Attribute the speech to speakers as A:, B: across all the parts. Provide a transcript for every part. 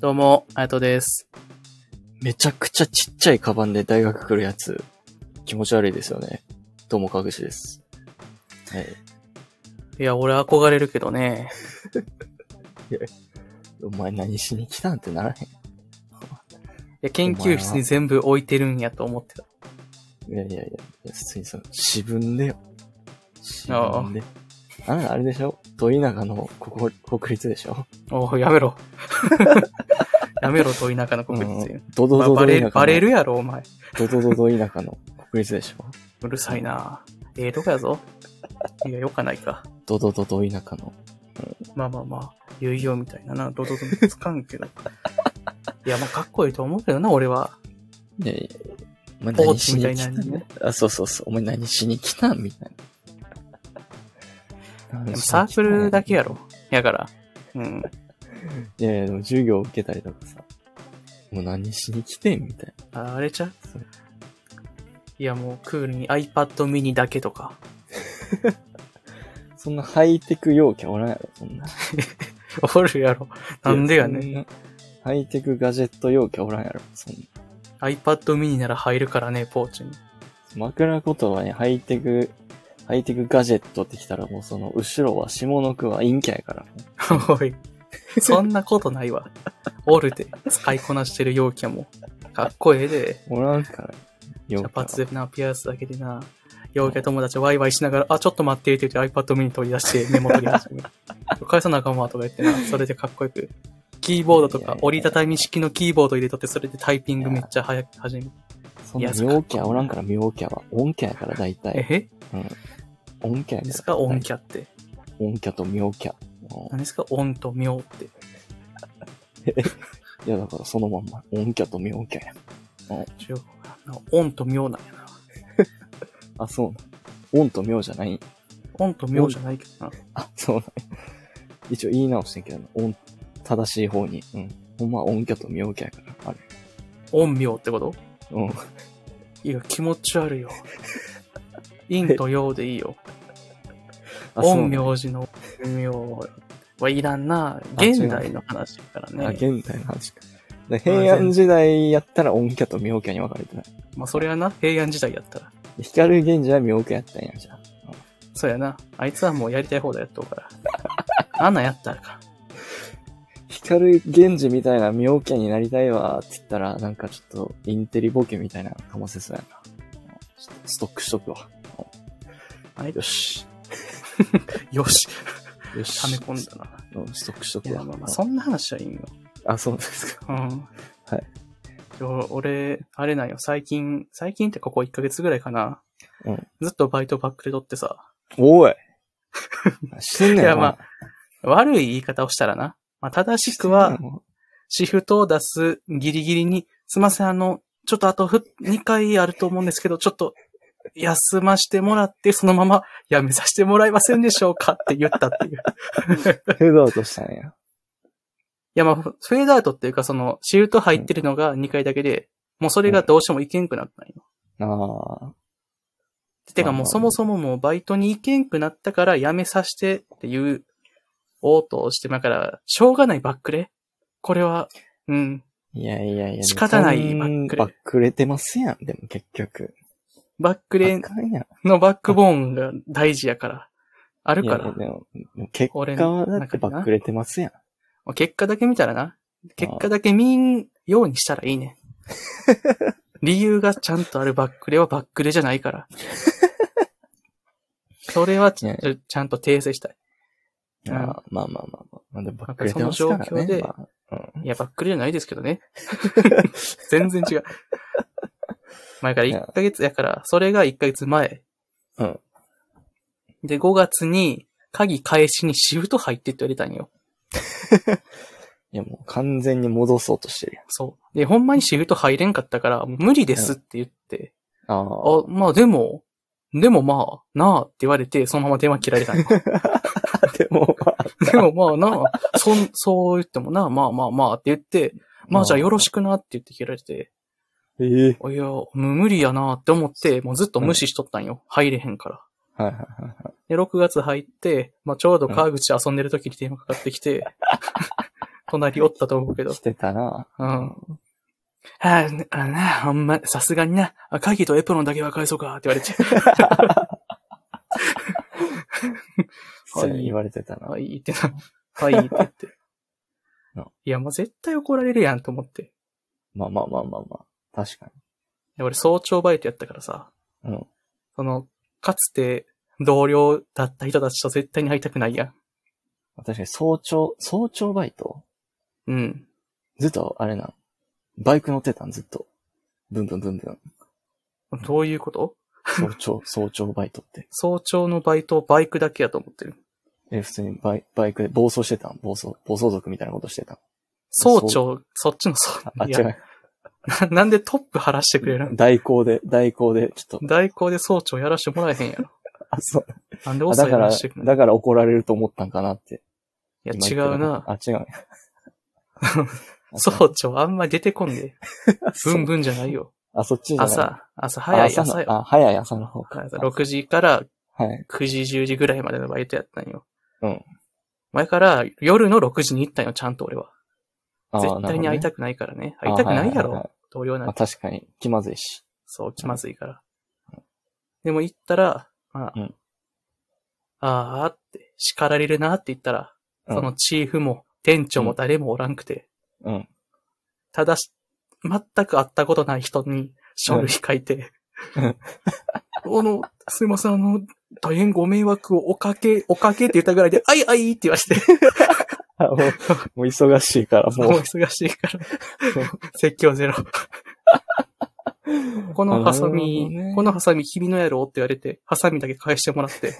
A: どうも、あやとです。
B: めちゃくちゃちっちゃいカバンで大学来るやつ、気持ち悪いですよね。どうも、かぐしです。はい。
A: いや、俺憧れるけどね。
B: お前何しに来たんってならへ
A: いや、研究室に全部置いてるんやと思ってた。
B: ん。いやいやいや、普通にその、自分でよ。自分で。あなたあれでしょど田舎のここ国立でしょ
A: おうやめろ。 やめろと田舎の国立
B: うんドド
A: まあ
B: ド
A: バ
B: ド田
A: レ
B: 舎
A: る
B: の。
A: バレるやろ、お前。
B: ドドドド田舎の国立でしょ
A: うるさいな。ええとこやぞ。いや、よかないか。
B: ドドドド田舎の。
A: まあまあまあ、遊戯王みたいなな、どどどつかんけど。いや、まあ、かっこいいと思うけどな、俺は。
B: いやいやいや。お前
A: ポー
B: 何
A: チ
B: し
A: みた
B: に
A: い
B: 来
A: な
B: た
A: のに
B: ん
A: ね。
B: あ、そうそうそう。お前何しに来たんみたいな。
A: でもサークルだけやろ。やから。うん。
B: いやいや、でも授業受けたりとかさ。もう何しに来てんみたい
A: ああれちゃう
B: そう
A: いや、もうクールに iPad mini だけとか。
B: な。そんなハイテク容器おらんやろ、そんな。
A: おるやろ。なんでやねん
B: い。そんなハイテクガジェット容器おらんやろ、そんな。
A: iPad mini なら入るからね、ポーチに。
B: 枕言葉にハイテク、ハイテクガジェットってきたらもうその後ろは下の句は陰キャやからね。
A: お い。そんなことないわ。おるで、使いこなしてる容器やもん。かっこええで。
B: おらんから、容
A: 茶
B: 器は。
A: 髪でな、ピアスだけでな、陽キャ友達ワイワイしながら、あ、ちょっと待ってって言って iPad mini 取り出してメモ取り始 める。返さなあかんわとか言ってな、それでかっこよく。キーボードと
B: いやいや
A: か
B: いや
A: 折りたたみ式のキーボード入れとって、それでタイピングめっちゃ早く始める。
B: そんな陽キャおらんから、陽キャは。音キャやから、大体。
A: え
B: 音キャ
A: 何
B: やか
A: で
B: ら。
A: すか音キ
B: ャ。
A: ャって。
B: 音キャと妙キャ。うん
A: 何ですか音と妙って。
B: いや、だからそのまんま。音キャと妙キャや。
A: 違うな音と妙なんやな。
B: あ、そうなの。音と妙じゃない
A: 音と妙じゃないけどな。
B: あ、そうなんや一応言い直してんけどな、音、正しい方に。うん。ほんまは音響と妙響やから、あれ。
A: 音妙ってこと
B: うん。
A: いや、気持ち 悪いよ。陰と陽でいいよ。
B: あそう
A: 陰陽師の陰陽はいらんな。
B: あ違う
A: 現代の話だからね。
B: あ、現代の話か。で平安時代やったら音響と妙響に分かれてない。
A: まあ、それはな、平安時代やったら。
B: で光源氏は妙響やったんや、じゃあ。
A: そうやな。あいつはもうやりたい放題やっとう から。あんなんやったらか。
B: 光源氏みたいな妙響になりたいわって言ったら、なんかちょっとインテリボケみたいなのかもせそうやな。ちょっとストックしとくわ。
A: はい
B: よし。
A: よし。
B: よし。
A: 溜め込んだな。
B: うん、ストックしと
A: い
B: く
A: や、
B: わ。
A: まあまあ、そんな話はいいんよ。
B: あ、そうですか。。
A: うん。はい俺、あれなんよ。最近、最近ってここ1ヶ月ぐらいかな。
B: うん
A: ずっとバイトばっかり取ってさ。
B: おいしてんねん。
A: いや
B: お前
A: ま悪い言い方をしたらな。まあ、正しくは、シフトを出すギリギリに、すいません、あの、ちょっとあとふ2回あると思うんですけど、ちょっと休ましてもらって、そのまま辞めさせてもらえませんでしょうかって言ったっていう。い
B: フェードアウトしたんや。
A: や、まあ、フェードアウトっていうか、その、シフト入ってるのが2回だけで、もうそれがどうしても行けんくなったんよ。
B: ああ。
A: てかもうそもそももうバイトに行けんくなったから辞めさせてっていう応答をして、だから、しょうがないバックレこれは、うん、
B: いやいやいや。
A: 仕方ない
B: でもそ
A: バ
B: ん
A: ックレ
B: バックレてますやん、でも結局。
A: バックレ
B: あかんやん。
A: のバックボーンが大事やから。ある
B: い
A: か
B: やい
A: ら
B: や。でも、でも結果はだってバックレてますやん。
A: まあ結果だけ見たらな。結果だけ見んようにしたらいい ね。理由がちゃんとあるバックレはバックレじゃないから。それはち
B: いやい
A: ちゃんと訂正したい。
B: あーまあまあまあまあ。まあ、でもバックレて
A: なん
B: ま
A: か
B: す
A: その
B: か
A: 状況
B: ら
A: で
B: ね。まあうん
A: いや、バックレじゃないですけど ね。全然違う。前から1ヶ月やから、それが1ヶ月前。
B: うん。
A: で、5月に鍵返しにシフト入ってって言われたんよ。
B: いやもう完全に戻そうとしてるやん。
A: そう。で、ほんまにシフト入れんかったから、もう無理ですって言って、
B: あ
A: あ、まあでも、でもまあ、なあって言われて、そのまま電話切られたの。
B: あ。 でも、まあ
A: でもまあなあ、そん、そう言ってもなあ、まあまあまあって言って、まあじゃあよろしくなって言って切られて、
B: ええ。
A: いや、もう無理やなって思って、もうずっと無視しとったんよ。入れへんから。
B: はいはいはいはい。
A: で、6月入って、まあちょうど川口遊んでる時に電話かかってきて、隣おったと思うけど
B: し。てたな。
A: うん。ああ、あな、ほんま、さすがにな、赤木とエプロンだけは返そうか、って言われちゃ
B: そう言われてた
A: う。
B: な。
A: はい、ってな。はい、って言って
B: な。
A: いや、もう絶対怒られるやんと思って。
B: まあまあまあまあまあ。確か
A: で俺、早朝バイトやったからさ、
B: に。うん。
A: その、かつて同僚だった人たちと絶対に会いたくないやん。
B: 確かに早朝、早朝バイト
A: うん。
B: ずっとあれなん。バイク乗ってたんずっと。ブンブンブンブン。
A: どういうこと
B: 早朝、 早朝バイトって。
A: 早朝のバイトをバイクだけやと思ってる。
B: え、普通にバイバイクで暴走してたん暴走、暴走族みたいなことしてたん
A: 早朝、そっちの早、
B: あ、
A: い
B: 違
A: や
B: う。
A: ななんでトップ晴らしてくれるの
B: 代行で、代行で、ちょっと。
A: 代行で早朝やらしてもらえへんやろ。
B: あ、そう。
A: なんで
B: あ
A: 遅
B: だ
A: い
B: か
A: やら
B: ら
A: してく、れる
B: だから怒られると思ったんかなって。
A: い
B: 今
A: や、違
B: 言って
A: う
B: た
A: な。
B: あ、違 う。
A: 早朝あんま出てこん で。
B: あ。
A: ブン
B: ン。
A: ブンじゃないよ。
B: あ、そっちじゃない。
A: 朝、朝
B: あ、
A: 早い
B: の
A: 朝よ。
B: あ、早い朝の方か。
A: 6時から
B: はい。
A: 9時、10時ぐらいまでのバイトやったんよ。
B: うん。
A: 前から夜の6時に行ったんよ、ちゃんと俺は。
B: あー
A: 絶対に会いたくないからね。会いたくないや
B: あはいはいはい
A: ろ。同僚なん
B: まあ、
A: て。
B: 確かに、気まずいし。
A: そう、気まずいから。でも行ったら、まあ
B: うん、
A: あーって、叱られるなって言ったら、
B: うん
A: そのチーフも店長も誰もおらんくて、
B: うん。
A: ただし、全く会ったことない人に書類書いて、
B: うん
A: あの、すいません、あの、大変ご迷惑をおかけ、おかけって言ったぐらいで、あいあいって言わして、
B: あ もう、もう忙しいから、
A: もう
B: もう。
A: 忙しい から、説教ゼロ。このハサ
B: あなるほ
A: ミ、
B: どね
A: このハサミ君のやろって言われて、ハサミだけ返してもらって、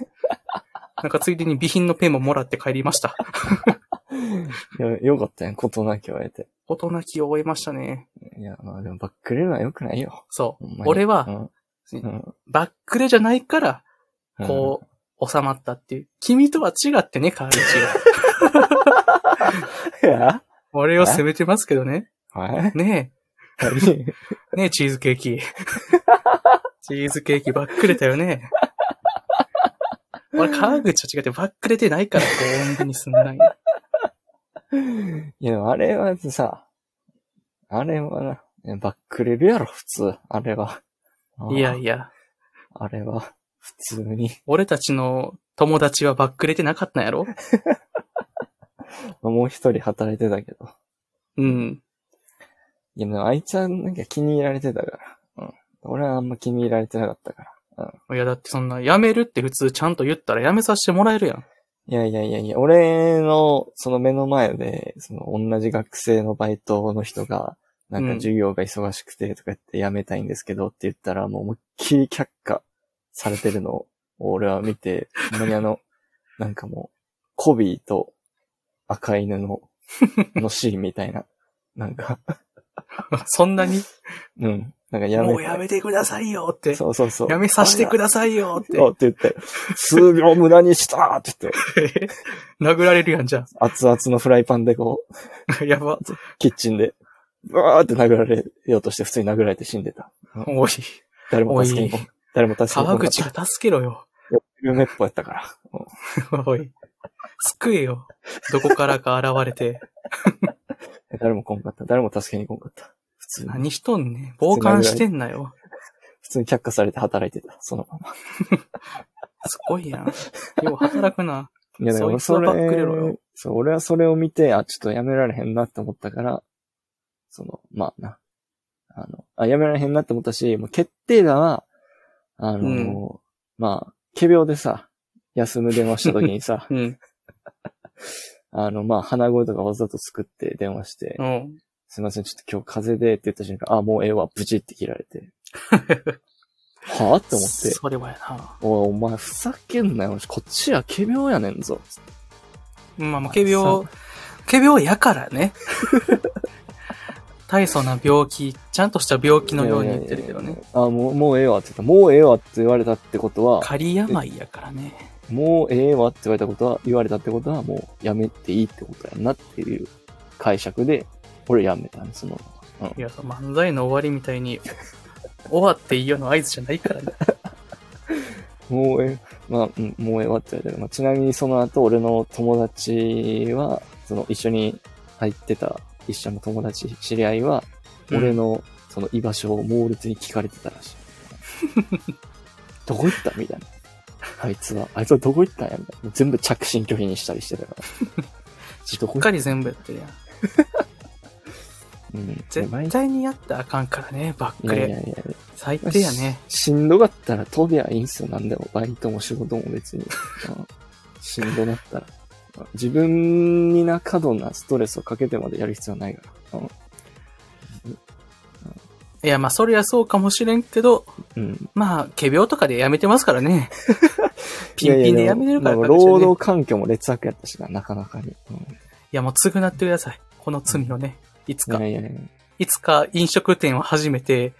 A: なんかついでに備品のペンももらって帰りました。
B: よよかったね、ことなきを得て。
A: 事なきを終えましたね。
B: いや、まあでも、バックレるのは良くないよ。
A: そ
B: ほん
A: う
B: ま。に
A: 俺は、
B: うん。うん
A: バックレじゃないから、こう、収まったっていう。君とは違ってね、カールチが。
B: うん。いや
A: 俺を責めてますけどね。
B: はい。
A: ね
B: 何
A: え、ねえ、チーズケー キ。チーズケーキばっくれたよね。俺、川口と違ってばっくれてないから、こう、穏便にすん ない。
B: いや、でもあれはさ、あれはな、いやバックレるやろ、普通。あれは。あー
A: いやいや、
B: あれは、普通に。
A: 俺たちの友達はばっくれてなかったんやろ
B: もう一人働いてたけど。
A: うん。
B: いや、でもあいつはなんか気に入られてたから。うん。俺はあんま気に入られてなかったから。
A: いや、だってそんな、辞めるって普通ちゃんと言ったら辞めさせてもらえるやん。
B: いやいやいやいや、俺の、その目の前で、その同じ学生のバイトの人が、なんか
A: うん
B: 授業が忙しくてとか言って辞めたいんですけどって言ったら、もう思いっきり却下されてるのを俺は見て、ほんまにあの、 なんかもう、コビーと赤 犬の、のシーンみたいな。なんか、
A: そんなに、
B: うん。なんかやめ
A: もうやめてくださいよって。
B: そうそうそう。
A: やめさせてく
B: だ
A: ださいよって。
B: って言って、数秒無駄にしたって言って、
A: え 殴られるやんじゃん。
B: 熱々のフライパンでこ う、
A: やば。
B: キッチンで、うわーって殴られようとして普通に殴られて死んでた。
A: おい、
B: 誰
A: お
B: も助け
A: い
B: に、、誰も助けに来
A: 川
B: なかっ
A: 口
B: た。
A: が助けろよ。
B: 有名っぽやったから。うん
A: おい、救えよ。どこからか現れ て。
B: 誰も来んかった。誰も助けに来んかった。普通に。
A: 何しとんねん。傍観してんなよ。
B: 普通に却下されて働いてた。そのまま。
A: すごいやん。よう働くな。
B: いや、だから
A: そいつは
B: 俺
A: バ
B: そ
A: ックレ
B: れ
A: ろよ
B: そう、俺はそれを見て、あ、ちょっとやめられへんなって思ったから、その、まあな。あの、あ、やめられへんなって思ったし、もう決定打は、あのーまあ、仮病でさ、休む電話した時にさ、
A: うん。
B: あの、まあ、鼻声とかわざと作って電話して
A: う、ん。
B: すいません、ちょっと今日風邪でって言った瞬間、あ、もうええわ、ブチって切られて。はぁって思って、
A: それはやな。
B: おい、お前ふざけんなよ、こっちは仮病やねんぞ。
A: まあまあ、仮病、仮病やから ね。大層な病気、ちゃんとした病気のように言ってるけど
B: いや
A: ね
B: い。やいや。あ、もう、もうええわって言った。もうええわって言われたってことは、
A: 仮病やからね。
B: もうええわって言われたことは、言われたってことは、もうやめていいってことやんなっていう解釈で、俺やめたんです、もう。うん
A: いや、そう漫才の終わりみたいに、終わっていいよの合図じゃないからね。
B: もうええ、まあ、うんもうええわって言われたけど、まあ、ちなみにその後、俺の友達は、その一緒に入ってた一緒の友達、知り合いは、俺のその居場所を猛烈に聞かれてたら しい。どこ行ったみたいな。あいつは、あいつはどこ行ったんやみたいな。もう全部着信拒否にしたりしてたから。
A: う
B: どこ
A: っ
B: 行
A: か
B: っ
A: り全部やってるやん。
B: うん、
A: 絶対にやったらあかんからね、ばっ
B: い
A: か
B: やいや
A: り
B: い。やいや。
A: 最低やね。
B: し。しんどかったら飛びゃいいんすよ、なんでも。バイトも仕事も 別に。まあしんどなったら。まあ自分にな過度なストレスをかけてまでやる必要はないから。
A: いや、まあ、そりゃそうかもしれんけど、
B: うん。
A: まあ、仮病とかでやめてますから ね。ピンピンでやめてるから
B: いやいやでも
A: 私はね
B: 労働環境も劣悪やったしな、なかなかに。うん
A: いや、もう償ってください。この罪をね。いつか
B: いや、いやいや。
A: いつか飲食店を始めて、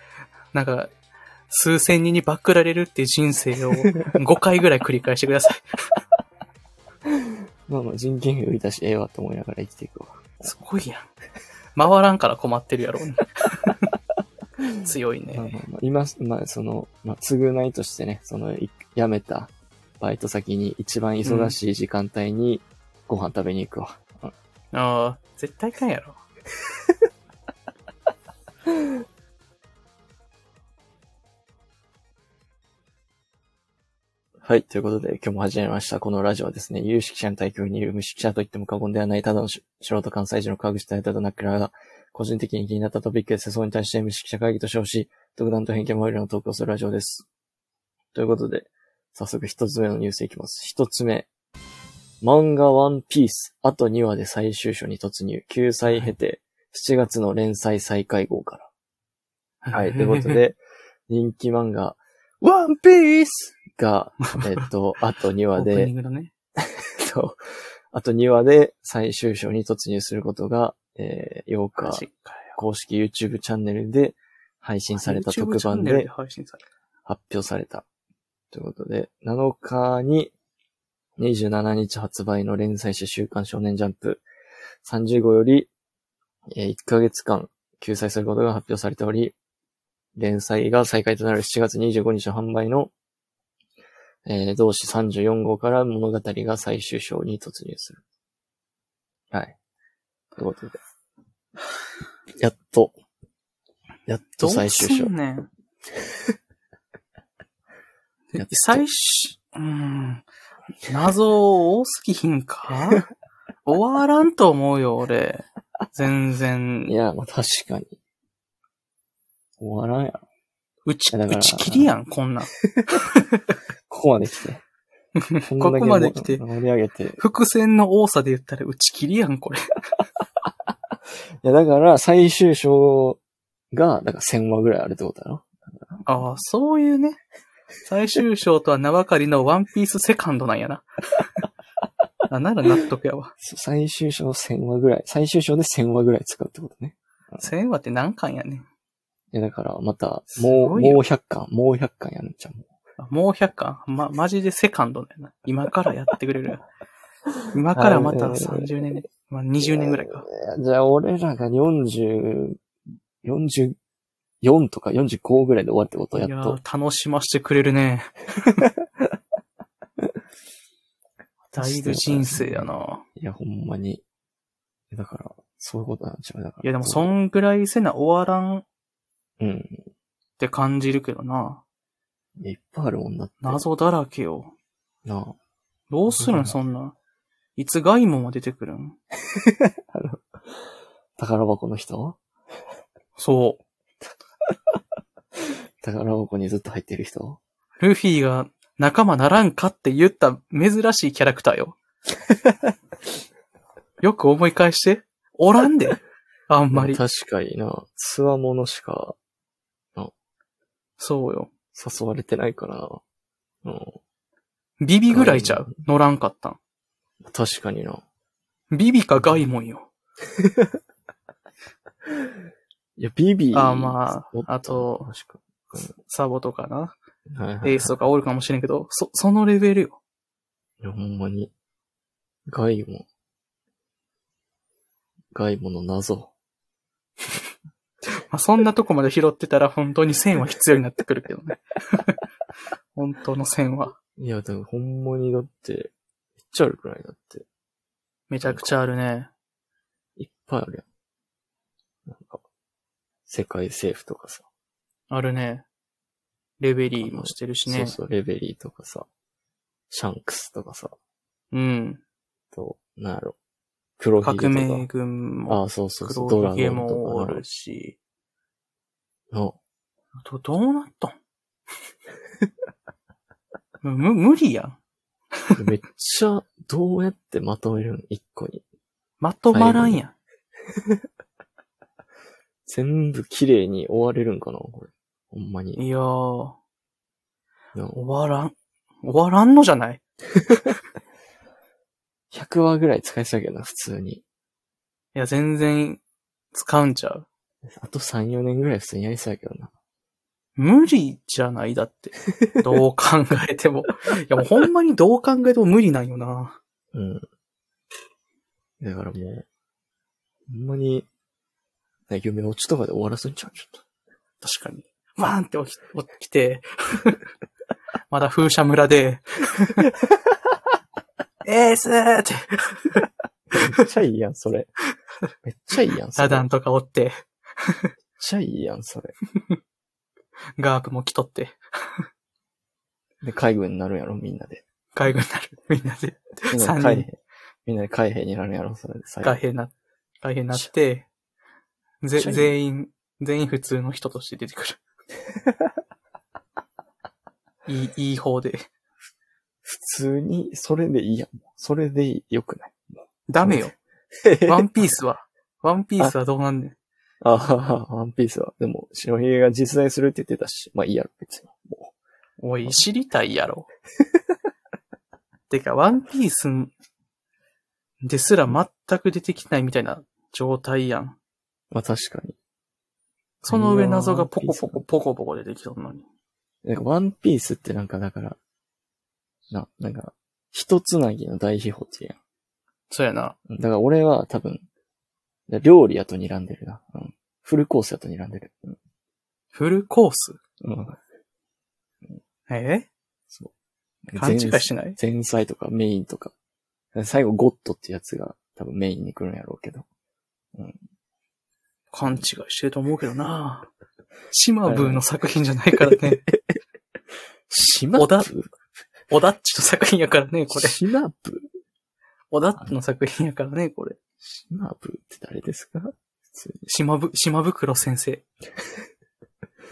A: なんか、数千人にバックられるっていう人 生を5回ぐらい繰り返してください。
B: まあまあ人件費浮いたし、ええわと思いながら生きていくわ。
A: すごいやん。回らんから困ってるやろうね。 強い
B: まあ
A: ね。
B: まあまあ今、まあその、まあ償いとしてね、その、い辞めたバイト先に一番忙しい時間帯にご飯食べに行くわ。
A: ああ、絶対いかんやろ。
B: はい。ということで、今日も始めました。このラジオはですね、有識者の対局にいる無識者と言っても過言ではない、ただのし素人関西人の川口大太とナックラが、個人的に気になったトピックや世相に対して無識者会議と称し、独断と偏見もいるの投稿するラジオです。ということで、早速一つ目のニュースいきます。一つ目。漫画ワンピース、あと2話で最終章に突入、救済経て、7月の連載再開号から。はい。というこ と。で、人気漫画、ワンピースが、えっと、 あと2
A: オ
B: 話
A: ープニ
B: で
A: ン、グのね。
B: えっとあと2話で最終章に突入することが、えー8
A: マ
B: 日、
A: ジかよ
B: 公式 YouTube チャンネルで配信された
A: YouTube
B: 特
A: チャン
B: 番
A: ネル
B: で
A: 配信された
B: 発表された。ということで、7日に27日発売の連載誌週刊少年ジャンプ35より、え1ヶ月間救済することが発表されており、連載が再開となる7月25日の販売の、えー同誌34号から物語が最終章に突入する。はい。ということで。やっと。やっと
A: ど
B: 最
A: う
B: 終
A: す
B: 章
A: ん。ねん。
B: やっと
A: 最初、うん。謎多すぎひん か終わらんと思うよ、俺。全
B: い
A: 然。
B: や、まあ確かに。終わらんやろ。
A: 打ち、
B: いやだか
A: 打
B: ら
A: ち切りやん、こんなん。
B: ここまで来 て。こん
A: こ
B: だけ
A: こまで来て
B: 盛り上げて。い
A: 伏線の多さで言ったら打ち切りやん、これ。
B: や、だから最終章が、だから1000話ぐらいあるってことだろ
A: ああ、そういうね。最終章とは名ばかりのワンピースセカンドなん やな。あなら納得やわ。
B: そう最終章1000話ぐらい。最終章で1000話ぐらい使うってことね。
A: 千話って何巻やねん。
B: いや、だからまた、
A: す
B: も
A: ご
B: う、
A: いよ
B: もう100巻、もう100巻やるんちゃうも
A: あもう100巻ま、マジでセカンドだよな。今からやってくれる。今からまた30年、まあ、20年ぐらいか。
B: ういやじゃあ、俺らが40、44とか45ぐらいで終わるってことやっ
A: いや
B: と。
A: ー楽しましてくれるね。 だいぶ人生やな。
B: いや、ほんまに。だから、そういうことなんちゃうだから。
A: いや、でもそんぐらいせな終わらんっ
B: うん。
A: て感じるけどな。
B: いやいっぱいあるもんだって。
A: 謎だらけよ。
B: なあ。
A: どうする
B: うん
A: ん、そんな。いつガイモンは出てくるん
B: あの、宝箱の人
A: そ
B: 宝箱にずっと入ってる人
A: う。ルフィが仲間ならんかって言った珍しいキャラクター よ。よく思い返して。おらんで。あんまり。
B: 確かにな。つわものしか
A: そうよ。
B: 誘われてないからな。う
A: ビビぐらいちゃう。乗らんかったん。
B: ん。確かにな。
A: ビビかガイモンよ。
B: いや、ビビ
A: あま
B: おった
A: あ、あと、
B: 確
A: サボとかな、
B: か。はいはいはい
A: エースとかおるかもしれんけど、そ、そのレベルよ。
B: いや、ほんまに。ガイモ。ガイモの謎。
A: まあ、そんなとこまで拾ってたら本当に線は必要になってくるけど ね。本当の線は。
B: いや、だからほんまにだって、めっちゃあるくらいだって。
A: めちゃくちゃあるね。
B: 一ぱいあるやん。なんか、世界政府とかさ。
A: あるね。レベリーもしてるしね。
B: そうそう、レベリーとかさ、シャンクスとかさ、
A: うん。
B: と、なんやろ、黒ひげとか。
A: 革命軍
B: あ
A: も、
B: あ、そうそうそう、ド
A: 黒
B: ラ
A: ひげ
B: ゴン
A: もお
B: とか
A: るし。
B: なの。
A: ど、どうなったん む、無理やん。
B: めっちゃ、どうやってまとめるん一個に。
A: まとまらんやん。
B: 全部綺麗に終われるんかなこれ。ほんまに。
A: いやー、終
B: な
A: わらん。終わらんのじゃない
B: 100話ぐらい使えそうやけどな、普通に。
A: いや、全然、使うんちゃう。
B: あと3、4年ぐらい普通にやりそうやけどな。
A: 無理じゃないだ って。どう考えても。いや、もうほんまにどう考えても無理なんよな。
B: うん。だからもう、ほんまに、な夢落ちとかで終わらすんちゃうちょっと。
A: 確かに。バーンって起き起きて、 まだ風車村 で、エースーって、
B: めっちゃいいやん、それ。めっちゃいいやん、それ。
A: ダダ
B: め
A: ン
B: っ
A: とかおって、
B: ちゃいいやん、それ。
A: ガープも来とって、
B: で、海軍になるんやろ、みんなで。
A: 海軍に なる。みんなで、
B: みんな
A: 三
B: で
A: 人
B: 海兵。みんなで海兵になるんやろ、それで最
A: 海兵な、海兵になって、ぜ、
B: ちょい
A: 全員、全員普通の人として出て くる。いい、いい方で。
B: 普通に、それでいいやん。それでよくない。
A: ダメよ。 ワンピースは、ワンピースはどうなんねん。
B: あはは、ワンピースは。でも、白ひげが実在するって言ってたし、まあいいやろ、別に。も
A: おい、知りたいやろ。 てか、ワンピースですら全く出てきないみたいな状態やん。
B: うまあ確かに。
A: その上謎がポコポコポコポコ出てきたのに。
B: なんかワンピースってなんかだから、な、なんか、一つなぎの大秘宝ってや
A: そうやな。
B: ん。だから俺は多分、料理やと睨んでるな。うん。フルコースやと睨んでる。うん。
A: フルコース
B: うん、
A: え
B: そう。
A: 勘違いしてない
B: 前菜とかメインとか。最後ゴッドってやつが多分メインに来るんやろうけど。
A: 勘違いしてると思うけど な。島ブーの作品じゃないから ね。
B: 島
A: 織田
B: プ
A: オダッチの作品やからね、これ。
B: 島プ
A: オダッチの作品やからね、これ。
B: 島プって誰ですか普通に。
A: 島ぶ、島袋先 生。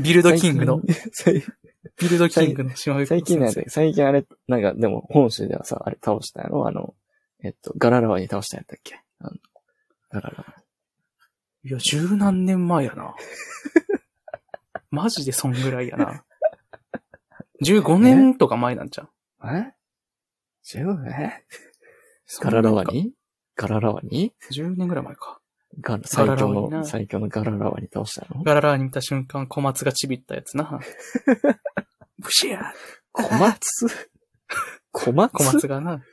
A: ビルドキングの、
B: 最近。
A: ビルドキングの島袋先
B: 最
A: 生。
B: 近なんやで最近あれ、なんかでも本州ではさ、あれ倒したやろあの、えっと、ガララワに倒したんやったっけあの、ガララ
A: いや、十何年前や な。マジでそんぐらいやな。15年とか前なんじゃん。
B: ワ。え違うえ
A: そん
B: ガ
A: な
B: ラ
A: んか
B: ラワにガララワに
A: ?10 年ぐらい前か。
B: ガ最強
A: ガララワニな
B: の、最強のガララワに倒したやろ
A: ガララーに見た瞬間、小松がちびったやつ な。ブシャー
B: 小松小松
A: 小松がな、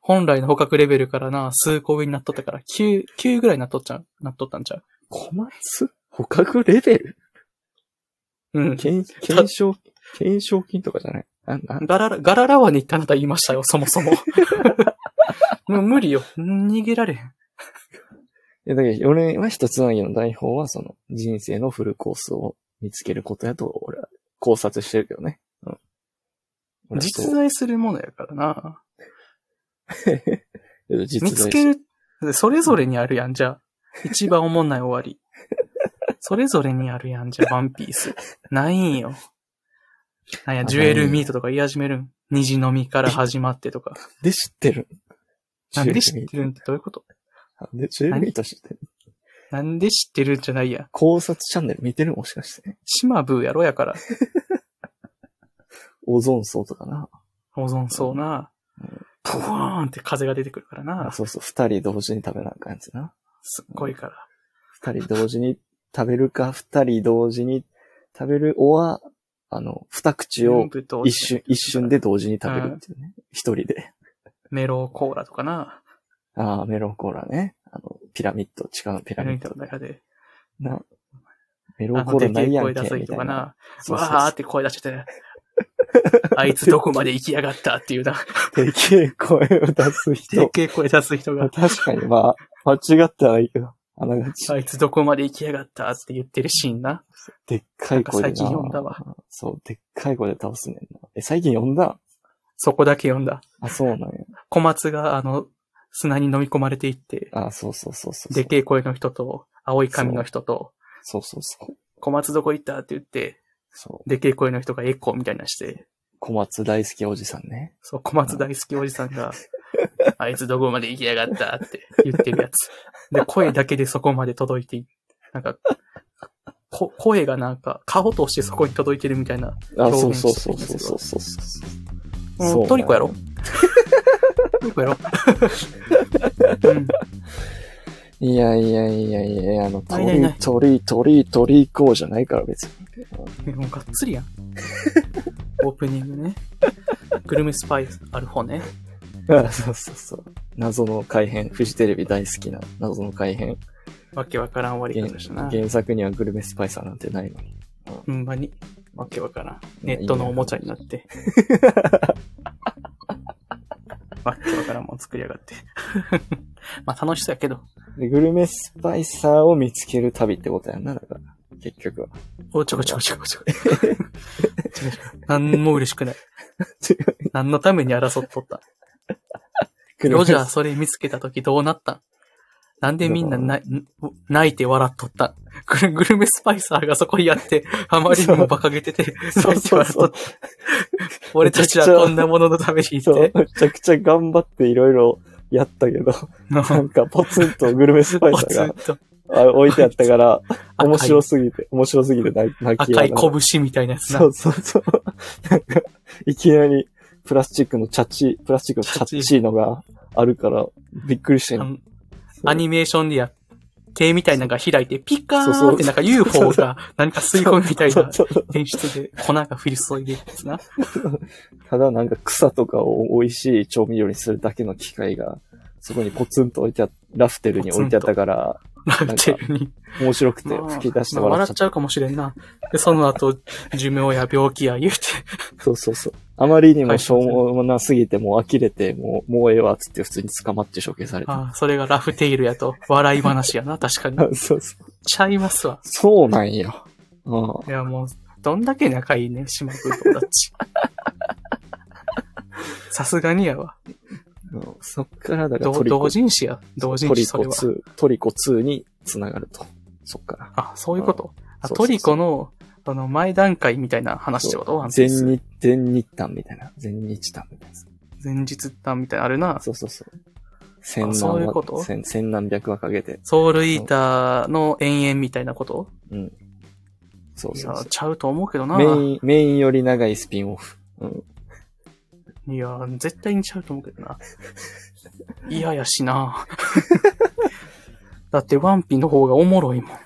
A: 本来の捕獲レベルからな、数個上になっとったから、9、9ぐらいになっとっちゃう、なっとったんちゃう。
B: 小松捕獲レベル
A: うん。
B: 検検証、検証金とかじゃないあなん
A: ガララ、ガララワに行ったあなた言いましたよ、そもそも。 もう無理よ。逃げられへん。
B: いやだけど、俺は一つなぎの代表は、その、人生のフルコースを見つけることやと、俺は考察してるけどね。うん。俺はそう
A: 実在するものやからな。
B: けど実
A: 見つ
B: 在し
A: ける、それぞれにあるやん、じゃあ。一番おもんない終わり。それぞれにあるやん、じゃあ、ワンピース。ないんよ。なんや、ジュエルミートとか言い始めるん。虹の実から始まってと か。
B: で知ってる。
A: なんで知ってるんっ
B: ん
A: てどういうこと
B: で、ジュエルミート知ってる。
A: なんで知ってるんじゃないや。
B: 考察チャンネル見てるもしかして。
A: 島ブーやろや から。
B: オゾン層とかな。
A: 保存そうな。プワーンって風が出てくるから
B: あ
A: な。
B: そうそう、二人同時に食べなあかんやつな。
A: すっごいから。
B: 二人同時に食べるか、二人同時に食べる、おは、あの、二口を
A: 全部同時
B: 一瞬、一瞬で同時に食べるっていうね。一人で。
A: メロコーラとかな。
B: ああ、メロンコーラね。あの、ピラミッド、地下のピラミ
A: 何
B: ッ
A: と
B: ド
A: か
B: ね。
A: で。
B: な、メロ
A: あ
B: ンコ
A: の、
B: ー
A: で
B: ラ
A: け
B: な
A: え
B: いやん
A: 声
B: け、みた
A: 出す
B: い
A: りとか
B: な。
A: な。
B: そうそうそう
A: わーって声出してて。あいつどこまで行きやがったって いうな。
B: でけえ声を出す
A: で
B: 人。
A: けえ声出す人
B: まあ
A: が。
B: 確かに、まあ、間違ってはないけど。あながち。
A: あいつどこまで行きやがったって言ってるシーンな。
B: でっかい
A: なん
B: 声でな。
A: か最近読んだわ。
B: そう、でっかい声で倒すねんな。え、最近読んだ
A: そこだけ読んだ。
B: あ、そうなんや。
A: 小松が、あの、砂に飲み込まれていって、
B: あ、そうそうそうそうそう。
A: でけえ声の人と、青い髪の人と、
B: そうそうそう。
A: 小松どこ行ったって言って、
B: そう。
A: でけえ声の人がエコーみたいなして、
B: 小松大好きおじさんね。
A: そう、小松大好きおじさん が、あいつどこまで行きやがったって言ってるやつ。で、声だけでそこまで届いてい、なんか、こ声がなんか、顔としてそこに届いてるみたいな。
B: あ、
A: 表
B: そう
A: 現
B: そう
A: して
B: そう
A: るんです
B: そう
A: よ
B: そうそうそう。
A: うん
B: そうなんよ
A: トリ コやろトリコやろうん。
B: いやいやいやいやいや、あの、
A: ないないない
B: 鳥、鳥、鳥、鳥行こうじゃないから別に。
A: もうがっつりやん。オープニングね。グルメスパイアルフォね。
B: あ そうそうそう。謎の改編。フジテレビ大好きな謎の改編。
A: わけわからん終わり方したな。
B: 原作にはグルメスパイサーなんてないのに。
A: ほんまに。わけわからん。ネットのおもちゃになって。 わけわからんもん作りやがって。 まあ楽しそうやけど。
B: でグルメスパイサーを見つける旅ってことやんな、だから。結局は。
A: おちょこちょこちょこ ちょこ。なんも嬉しく ない。何のために争っとった
B: グル
A: ロ
B: メ
A: ジャーそれ見つけた時どうなったんなんでみんなない泣いて笑っとったんグルグルメスパイサーがそこにやって、あまりにも馬鹿げてて、
B: そう
A: 泣いて笑っとった。俺たちはこんなもののためにい
B: そう
A: て、
B: めちゃくちゃ頑張っていろいろやったけど、
A: の
B: なんかポツンとグルメスパイサー
A: ポツンと
B: があ置いてあったから、
A: 赤い
B: 面白すぎて、面白すぎて泣き泣き
A: 赤
B: や
A: い拳みたいなやつな
B: そ。うそうそう。なんか、いきなり、プラスチックのチャチ、プラスチックのチャッチーのがあるから、びっくりして
A: あ
B: ん
A: のアニメーションでや手みたいなのが開いて、ピカ
B: そう
A: ー
B: そ
A: ン
B: う
A: ってなんか UFO が何か吸い込むみたい
B: そ
A: な
B: うそう
A: 演出で粉が降り注いでるやつな。
B: ただなんか草とかを美味しい調味料にするだけの機械が、そこにポツンと置いてあラフテルに置いてあったから、
A: ラテルに。
B: 面白くて
A: まあ
B: 吹き出して
A: まあ
B: 笑っ
A: 笑
B: ちゃ
A: っ
B: っ
A: ちゃうかもしれんな。で、その後、寿命や病気や言うて、
B: た。そうそうそう。あまりにもしょうもなすぎて、もう呆れて、もう、もうええわっつって普通に捕まって処刑された。
A: ああ、それがラフテイルやと、笑い話やな、確かに。
B: そうそう。
A: ちゃいますわ。
B: そうなんや。ああ
A: いや、もう、どんだけ仲いいね、島君友達。 さすがにやわ。
B: うんそっからだから
A: ど
B: トリコ
A: 同人誌や。同人
B: トリ
A: 誌、そ
B: コ
A: れは。
B: 2、トリコ2に繋がると。そっから。
A: あ、そういうこと。あ
B: そうそうそう
A: トリコの、その前段階みたいな話ってこと
B: 全
A: 前日。
B: 日、全日短みたいな。全日短みたいな。
A: 前日談みたいな、あるな。
B: そうそうそう。千何
A: そういうこと
B: 話千千何百話かけて。
A: ソウルイーターの延々みたいなこと
B: うん。そう
A: い
B: そう
A: や
B: そ、
A: ちゃうと思うけど
B: う。
A: な。
B: メイン、メインより長いスピンオフ。うん。
A: いや、絶対にちゃうと思うけど な。嫌やしな。 だってワンピの方がおもろいもん。い
B: まあ、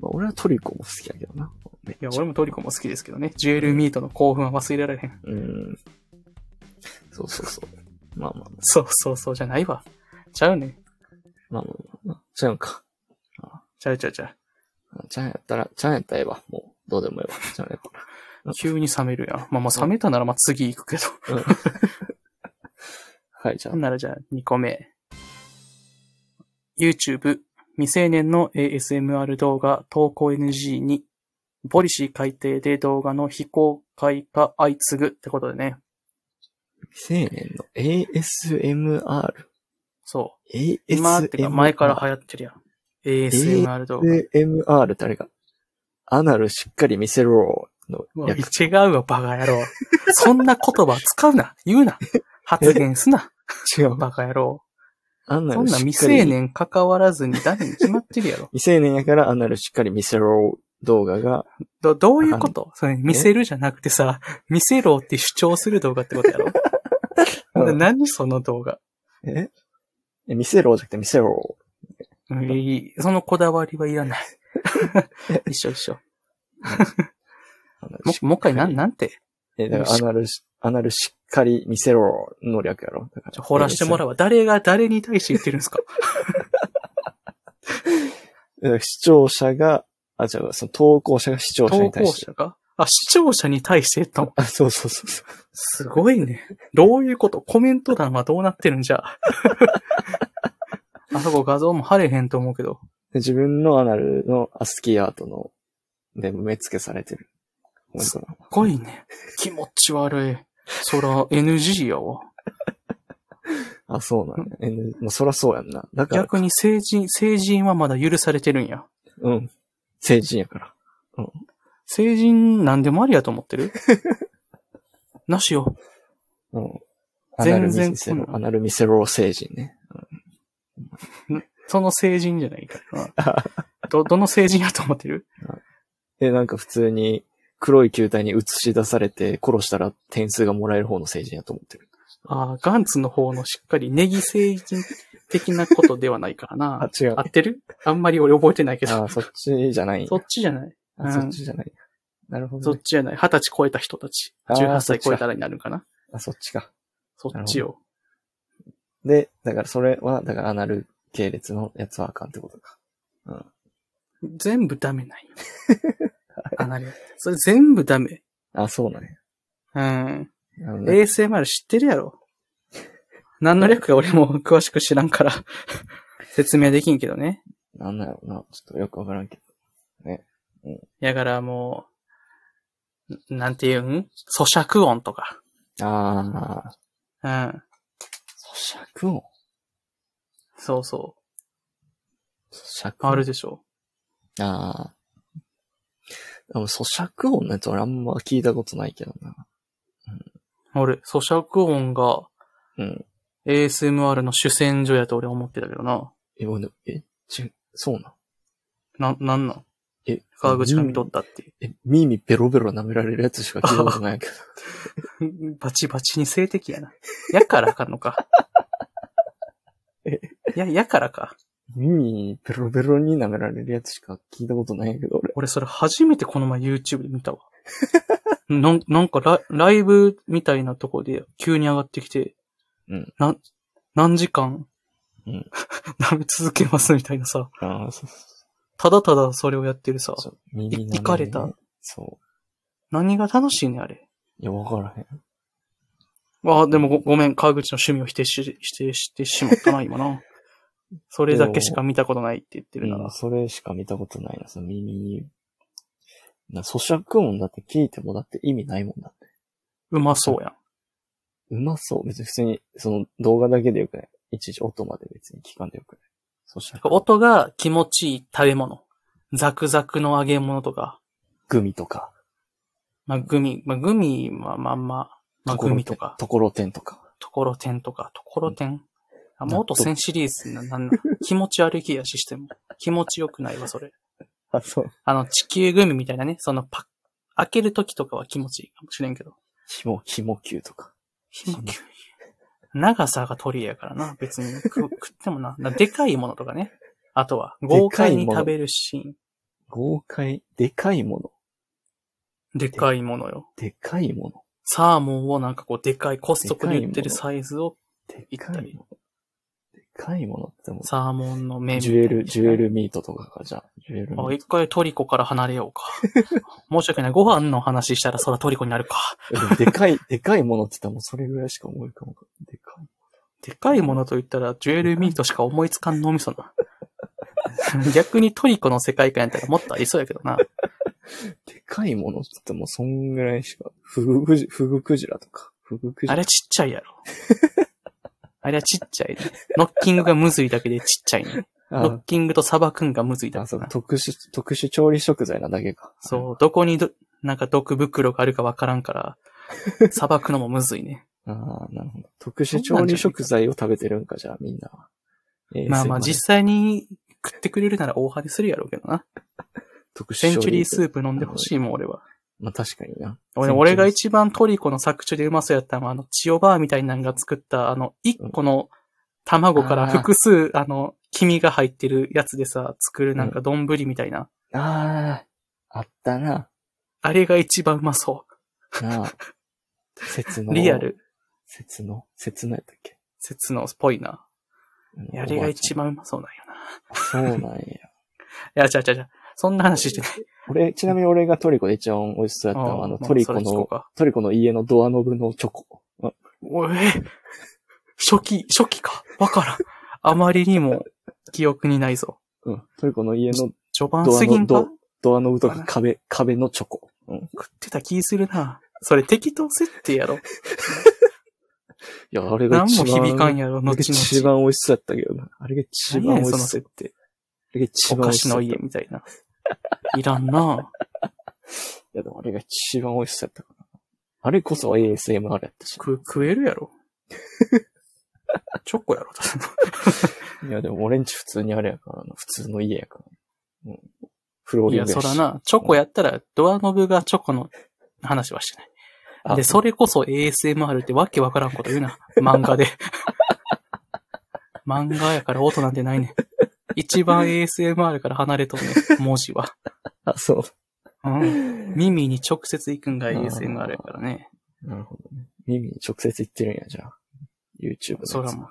B: 俺はトリコも好きやけどな。めっちゃ
A: や、俺もトリコも好きですけどね。ジュエルミートの興奮は忘れられへん。
B: うん。そうそうそう。まあまあ
A: そうそうそうじゃないわ。ちゃうね。
B: まあ、まあまあまあ、ちゃうんか。
A: ちゃうちゃうちゃ
B: ちゃんやったら、ちゃんやったらええわ。もう、どうでもええわ。ちゃんやったら。
A: う。急に冷めるやん。まあまあ冷めたならまあ次行くけど。
B: はい、じゃ
A: ほんならじゃあ2個目。YouTube 未成年の ASMR 動画投稿 NG にポリシー改定で動画の非公開が相次ぐってことでね。
B: 未成年の ASMR。
A: そう。
B: ASMR。
A: 今ってか前から流行ってるやん。ASMR 動画。
B: ASMR ってあれか。アナルしっかり見せろの
A: もう
B: 略。
A: 違うわ、バカ野郎。そんな言葉使うな、言うな、発言すな、
B: 違う。
A: バカ野郎。
B: アナ
A: そん
B: ルしっ
A: な
B: かり。
A: 未成。年関わらずに誰に決まってるやろ。
B: 未成年やからアナルしっかり見せろ動画が、
A: ど、どういうことそれ見せるじゃなくて さ、見せろって主張する動画ってことやろ。な何その動画。
B: ええ見せろじゃなくて見せろ。
A: うんいいそのこだわりはいらない。 一緒一緒。
B: アナル
A: も
B: しっ、
A: もう一回なん、なんて。
B: え、だからアナルし、アナルしっかり見せろの略やろ。だから
A: じゃあ掘らしてもらうわ。誰が誰に対して言ってるんですか
B: だから視聴者が、あ、違う、その投稿者が視聴者
A: 投
B: に対
A: 稿
B: して。
A: 者があ、視聴者に対して言ったの
B: あ、そうそうそうそう。
A: す ごいね。どういうことコメント欄はどうなってるんじゃあそこ画像も貼れへんと思うけど。
B: で自分のアナルのアスキーアートの、で、目付けされてる。本当だ。
A: すっごいね。気持ち悪い。そら NG やわ。
B: あ、そうなんや。えもうそらそうやんな。だから、
A: 逆に成人、成人はまだ許されてるんや。
B: うん。成人やから。
A: 成人なんでもありやと思って るなしよ。
B: うん。アナル
A: 全然
B: 見せ
A: 来
B: ろ、
A: ない
B: アナル見せろ成人ね。
A: その成人じゃないからな。 ど、どの成人やと思ってる
B: で、なんか普通に黒い球体に映し出されて殺したら点数がもらえる方の成人やと思ってる。
A: ああ、ガンツの方のしっかりネギ成人的なことではないから
B: あ
A: な。、
B: 違う。
A: 合
B: あ
A: ってるあんまり俺覚えてないけど。
B: あ、そっちじゃないんや。
A: そっちじゃない
B: あ
A: うん
B: そっちじゃない。なるほ
A: そ
B: ど、
A: っ
B: ね。
A: ちじゃない。二十歳超えた人たち。
B: あー
A: 18歳超えたらになるんかな
B: あ、そっちか。
A: そっちよ。
B: で、だからそれは、だからアナル系列のやつはあかんってことか。
A: 全部ダメなんよ。あ、なるほどそれ全部ダメ。
B: あ、そうなんや。
A: うん。
B: なるほどね
A: ASMR 知ってるやろ。何の略か俺 も詳しく知らんから、説明できんけどね。
B: なんだろうな。ちょっとよくわからんけど。
A: やからもう、んなんて言うん咀嚼音とか。
B: ああ、
A: うん。
B: 咀嚼音
A: そうそ
B: 咀嚼
A: う。
B: 音
A: あるでしょ。
B: ああ。でも咀嚼音のやつ俺あんま聞いたことないけどな。
A: 俺、咀嚼音が
B: うん。
A: ASMR の主戦場やと俺は思ってたけどな。
B: え、俺え、ちゅ、そうな
A: な、
B: ん。
A: なんなん
B: え、
A: 川口が見とったっていう。
B: え、耳ベロベロ舐められるやつしか聞いたことな いけど。
A: バチバチに性的やな。やからあかんの か
B: え。
A: いや、やからか。
B: 耳ベロベロに舐められるやつしか聞いたことないけど、俺。
A: 俺それ初めてこの前 YouTube で見たわ。 なんなんかラライブみたいなとこで急に上がってきて、
B: うん
A: な何時間、
B: うん
A: 舐め続けますみたいなさ、
B: ああ、そうそ
A: ただただそれをやってるさ
B: う、そう。耳舐め
A: いいかれた。
B: そ
A: 何が楽しいねんあれ。
B: う。いや、わからへん。
A: あ、でもごごめん、川口の趣味を否定し、否定してしまったな、今 な。それだけしか見たことないって言ってるな
B: うん
A: ら。
B: それしか見たことないな、その耳。な、咀嚼音だって聞いてもだって意味ないもんだって。
A: うまそうやん。
B: うまそう。別に普通に、その動画だけでよくない。いちいち音まで別に聞かんでよくない。咀嚼音。
A: 音が気持ちいい食べ物。ザクザクの揚げ物とか。
B: グミとか。
A: まあ、グミ、まあ、グミはまあまあ、まあ、グミとか、
B: ところてんとか。
A: ところてんとか、ところてん。あ、も
B: 納豆
A: う音1000シリーズな、なんなん、気持ち悪い気がシステム。気持ちよくないわ、それ。
B: あ、そう。
A: あの、地球グミみたいなね、そのパッ、開けるときとかは気持ちいいかもしれんけど。
B: ひも、ひも球とか。
A: 紐球長さが取り柄やからな、別に。く 食ってもな。なでかいものとかね。あとは、豪快に食べるシーン。
B: 豪快。でかいもの。
A: でかいものよ。
B: でかいもの。
A: サーモンをなんかこう、でかい、コストコに売ってる
B: でか
A: サイズを、
B: でかいもの。でかいものってもう
A: サーモンの麺みた
B: ジ
A: い
B: ュ
A: な
B: エル、ジュエルミートとかか、じゃあ。ジュエルミ
A: あ、
B: ー
A: 一回トリコから離れようか。 申し訳ない。ご飯の話したらそらトリコになるか。
B: ト。でもでかい、でかいものって言ったらもうそれぐらいしか思い浮かばんかった。でかい。
A: でかいものと言ったら、ジュエルミートしか思いつかん脳みそな。 逆にトリコの世界観やったらもっとありそうやけど な。
B: でかいものって言ったらもうそんぐらいしか。フグクジ、フグクジラとか。フグクジ
A: あ
B: ラ。
A: れちっちゃいやろ。あれはちっちゃい、ね。ノッキングがむずいだけでちっちゃいね。ノッ
B: あ、
A: キングとサバくんがむずいだ
B: あ
A: け
B: そう
A: な。
B: 特殊、特殊調理食材なだけか。
A: そう、どこにど、なんか毒袋があるかわからんから、砂漠のもむずい ね。
B: ああ、なるほど。特殊調理食材を食べてるんか、じゃあみんなは。
A: まあまあ
B: ASMR
A: 実際に食ってくれるなら大派にするやろうけどな。
B: 特殊
A: センチュリー
B: 調
A: ス
B: 理
A: ープ飲んでほしいもん、俺は。
B: まあ確かにな。
A: 俺、
B: センチュリー
A: 俺が一番トリコの作中でうまそうやったのは、あの、チオバーみたいなのが作った、あの、一個の卵から複数、あの、黄身が入ってるやつでさ、作るなんか丼みたいな。
B: ああ、あったな。
A: あれが一番うまそ
B: なあ。説
A: う。
B: の。
A: リア。ル、
B: 説の。説のやったっけ
A: 説のっぽいな。
B: うん
A: あれが一番うまそうなんよ
B: おばあちゃんそうなん
A: な。
B: や。
A: いや、ちゃうちゃうちゃう。そんな話してない。
B: 俺、ちなみに俺がトリコで一番美味しそうやったのは、あの、トリコ
A: まあそれ聞こう
B: の、
A: か
B: トリコの家のドアノブのチョコ。
A: おえ初期、初期か。わからん。あまりにも、記憶にないぞ。
B: うん。トリコの家の
A: 序盤すぎんか
B: ドアのドアノブと
A: あ
B: か
A: ら
B: 壁、壁のチョコ。うん。い
A: 食ってた気するな。それ適当設定 やろ。
B: や、あれが
A: 何
B: 一
A: も
B: 番。
A: 響かんやろ、
B: あれが
A: 後
B: 一
A: 々。
B: 番美味しそうやったけどな。あれが一番美味しそうやって。あれが一
A: お
B: 番美
A: 菓
B: 味し
A: 子
B: そ
A: の
B: うや
A: 家
B: った。い
A: みたいな。いらんな。
B: や、でもあれが一番美味しそうやったかな。あれこそ ASMR やったし。
A: 食、食えるやろ。 チョコやろ。だって
B: いや、でも俺んち普通にあれやからな。普通の家やから。うん。フロー
A: い
B: リン
A: や、
B: グ
A: そ
B: し
A: ら。な、チョコやったらドアノブがチョコの話はしてない。
B: あ
A: で、それこそ ASMR ってわけわからんこと言うな。漫画で。 漫画やから音なんてないねん。一番 ASMR から離れとんねん、文字は。
B: あ、そう。
A: うん。耳に直接行くんが ASMR やからね。
B: なるほどね。耳に直接言ってるんや、じゃあ。YouTube のやつ
A: そらもう。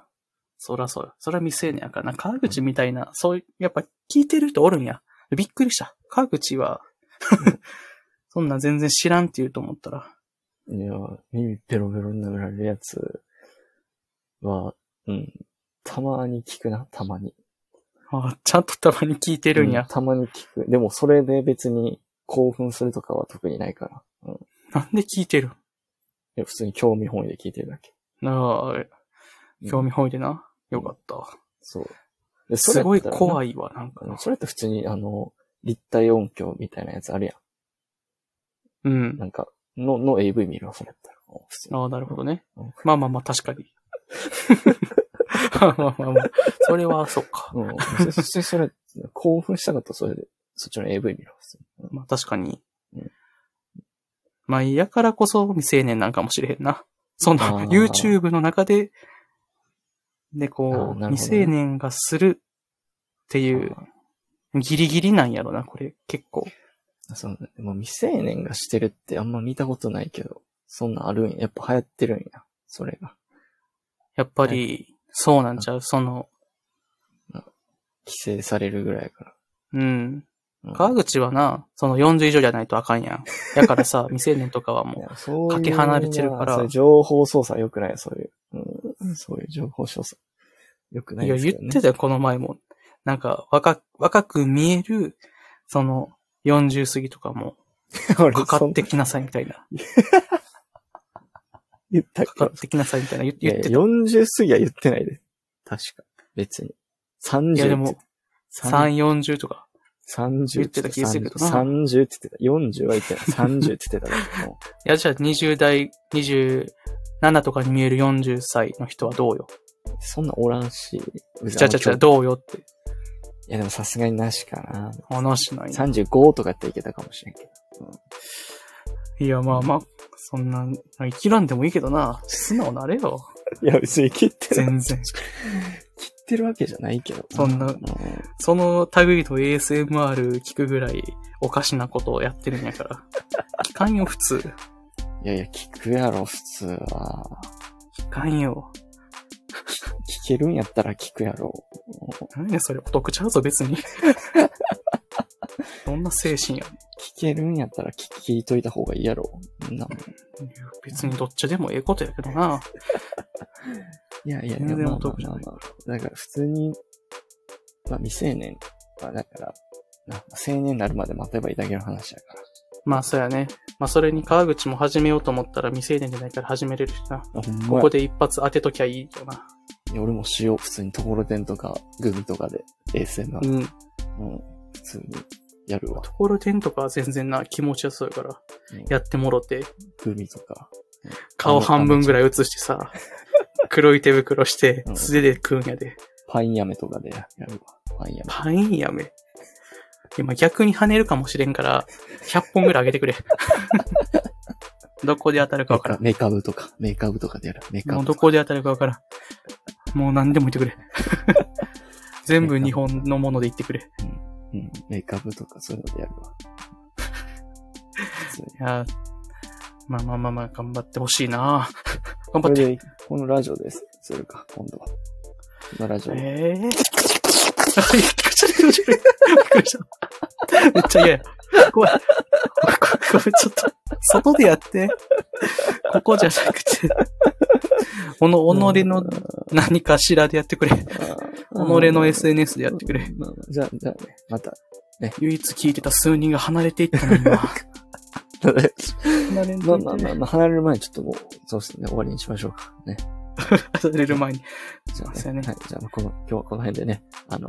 A: そらそうよ。そら未成年やからな。川口みたいな、そういう、やっぱ聞いてる人おるんや。びっくりした。川口は、 そんな全然知らんって言うと思ったら。
B: いや、耳ペロペロに殴られるやつは、うん。たまに聞くな、たまに。
A: あちゃんとたまに聞いてるん
B: う
A: や。
B: たまに聞く。でもそれで別に興奮するとかは特にないから。うん。い
A: なんで聞いてるん
B: や普通に興味本位で聞いてるだけ。
A: なあ、
B: うん
A: 興味本位でな。よかった。
B: そう。です
A: ごい
B: い。
A: 怖いわ、なんか
B: あ。のそれって普通に、あの、立体音響みたいなやつあるや。
A: うんん。
B: なんか、の、の AV 見るわ、それやったら。普通に
A: ああ、なるほどね
B: うん。
A: まあまあまあ、確か に。まあまあまあまあ、それは、そっか。
B: うん。そしてそれ、興奮したかったらそれで、そっちの AV 見ろ。普通にうん
A: まあ確かに
B: うん。
A: まあ嫌からこそ未成年なんかもしれへんな。その
B: あー
A: YouTube の中で、で、
B: あーなる
A: こ
B: ほ
A: う、
B: どね
A: 未成年がするっていう、ギリギリなんやろな、これ、結構。
B: あそうね。でも未成年がしてるってあんま見たことないけど、そんなんあるんや。やっぱ流行ってるんや。それが。
A: やっぱり、そうなんちゃう、その、
B: 規制されるぐらいやか
A: うん。
B: ら。
A: 川口はな、その40以上じゃないとあかんやん。だから さ、未成年とかはもう、
B: そういう
A: かけ離れてるから
B: そういう情報操作良くないそういう。うん。そういう情報操作。良くない
A: い
B: で
A: や、
B: すけ
A: 言
B: ど、ね。
A: ってたよ、この前も。なんか、若、若く見える、その、40過ぎとかも、
B: たよ。
A: かかってきなさいみたいな。
B: 言った
A: かか
B: か
A: ってきなさいみたいな言
B: いや
A: 言ってた。
B: 40過ぎは言ってないで。確か。別に。30
A: いや、でも、、3、
B: 30
A: 40とか。
B: 30
A: 言ってた気がするけどな
B: 30って言ってた。40は言ってない。30って言ってただけど。
A: いや、じゃあ20代、27とかに見える40歳の人はどうよ。
B: そんなおらん し。別に
A: じゃあじゃあじゃあどうよって
B: いや、でもさすがになしかな。
A: 話しないな。
B: 35とかやっていけたかもしれんけど。
A: いや、まあまあ、そんな、生きらんでもいいけどな。素直なれよ。
B: いや、別に切ってる。
A: 全 然。
B: 切ってるわけじゃないけど。
A: そんな
B: う
A: その類の ASMR 聞くぐらいおかしなことをやってるんやから。聞かんよ、普通。
B: いやいや、聞くやろ、普通は。
A: 聞かんよ。
B: 聞けるんやったら聞くやろ。
A: 何やそれ、お得ちゃうぞ、 別に。どんな精神や。
B: 聞けるんやったら聞聞いといた方がいいやろ。そんなもん
A: 別にどっちでもええことやけどな。
B: いやいや、
A: 全
B: で
A: 然
B: も、まあ
A: お得じゃ
B: まあ
A: ない
B: まあまあだから普通に、まあ未成年はだから、な青年になるまで待てばいいだけの話やか
A: まあ、そうやね。まあ、それに川口も始めようと思ったら未成年じゃないから始めれるしな。
B: ら。あ、ほんまや
A: ここで一発当てときゃいいよな。
B: いや俺もしよう。普通にところてんとか、グミとかで、衛星な
A: う。ん。と
B: うん。普通にやるわ。
A: ころてんとかは全然な、気持ちよそうやから
B: うん。
A: やってもろて、
B: グミとか。
A: 顔半分ぐらい映してさ、黒い手袋して
B: う、ん
A: 素手で食うんやで。
B: パインやめとかでやるわ。パインやめ。
A: パインやめ。今逆に跳ねるかもしれんから、100本ぐらい上げてくれ。 どこで当たるか
B: メ
A: わから
B: カ
A: ん。
B: メカブとか、メカブとかでやる。メカ
A: もう
B: ブ
A: ど。こで当たるかわからん。もう何でも言ってくれ。全部日本のもので言ってくれ。い
B: うん。メカブとかそういうのでやる わ。普通に
A: やーまあまあまあまあ、頑張ってほしいな頑
B: こ
A: 張
B: れ
A: って。
B: で、このラジオです。するか、今度は。このラジオ。
A: ええー。びっくりしたびっくりした。めっちゃ嫌や。怖い。ごめん、ちょっと、外でやって。ここじゃなくて。この己の何かしらでやってくれ。 己の SNS でや
B: や
A: ってくれ。。
B: まあまあじゃあ、じゃあね、また。
A: 唯一聞いてた数人が離れていったのに今。離れてい
B: まあま
A: っ
B: あまあ
A: て
B: まあ、離れる前にちょっともう、そうですね、終わりにしましょうか。ね。
A: 離れる前に。
B: じゃあ、
A: そう
B: ね
A: やね
B: はい。じゃあ、この、今日はこの辺でね、あの、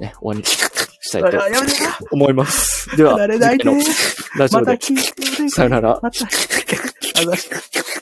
B: ね、終わりにしたい
A: あ
B: と
A: やめて
B: 思 います。では、
A: 離れないで
B: 次回のラジオ
A: また
B: で、
A: 聞いてくれ。
B: さよなら。
A: また。あざっす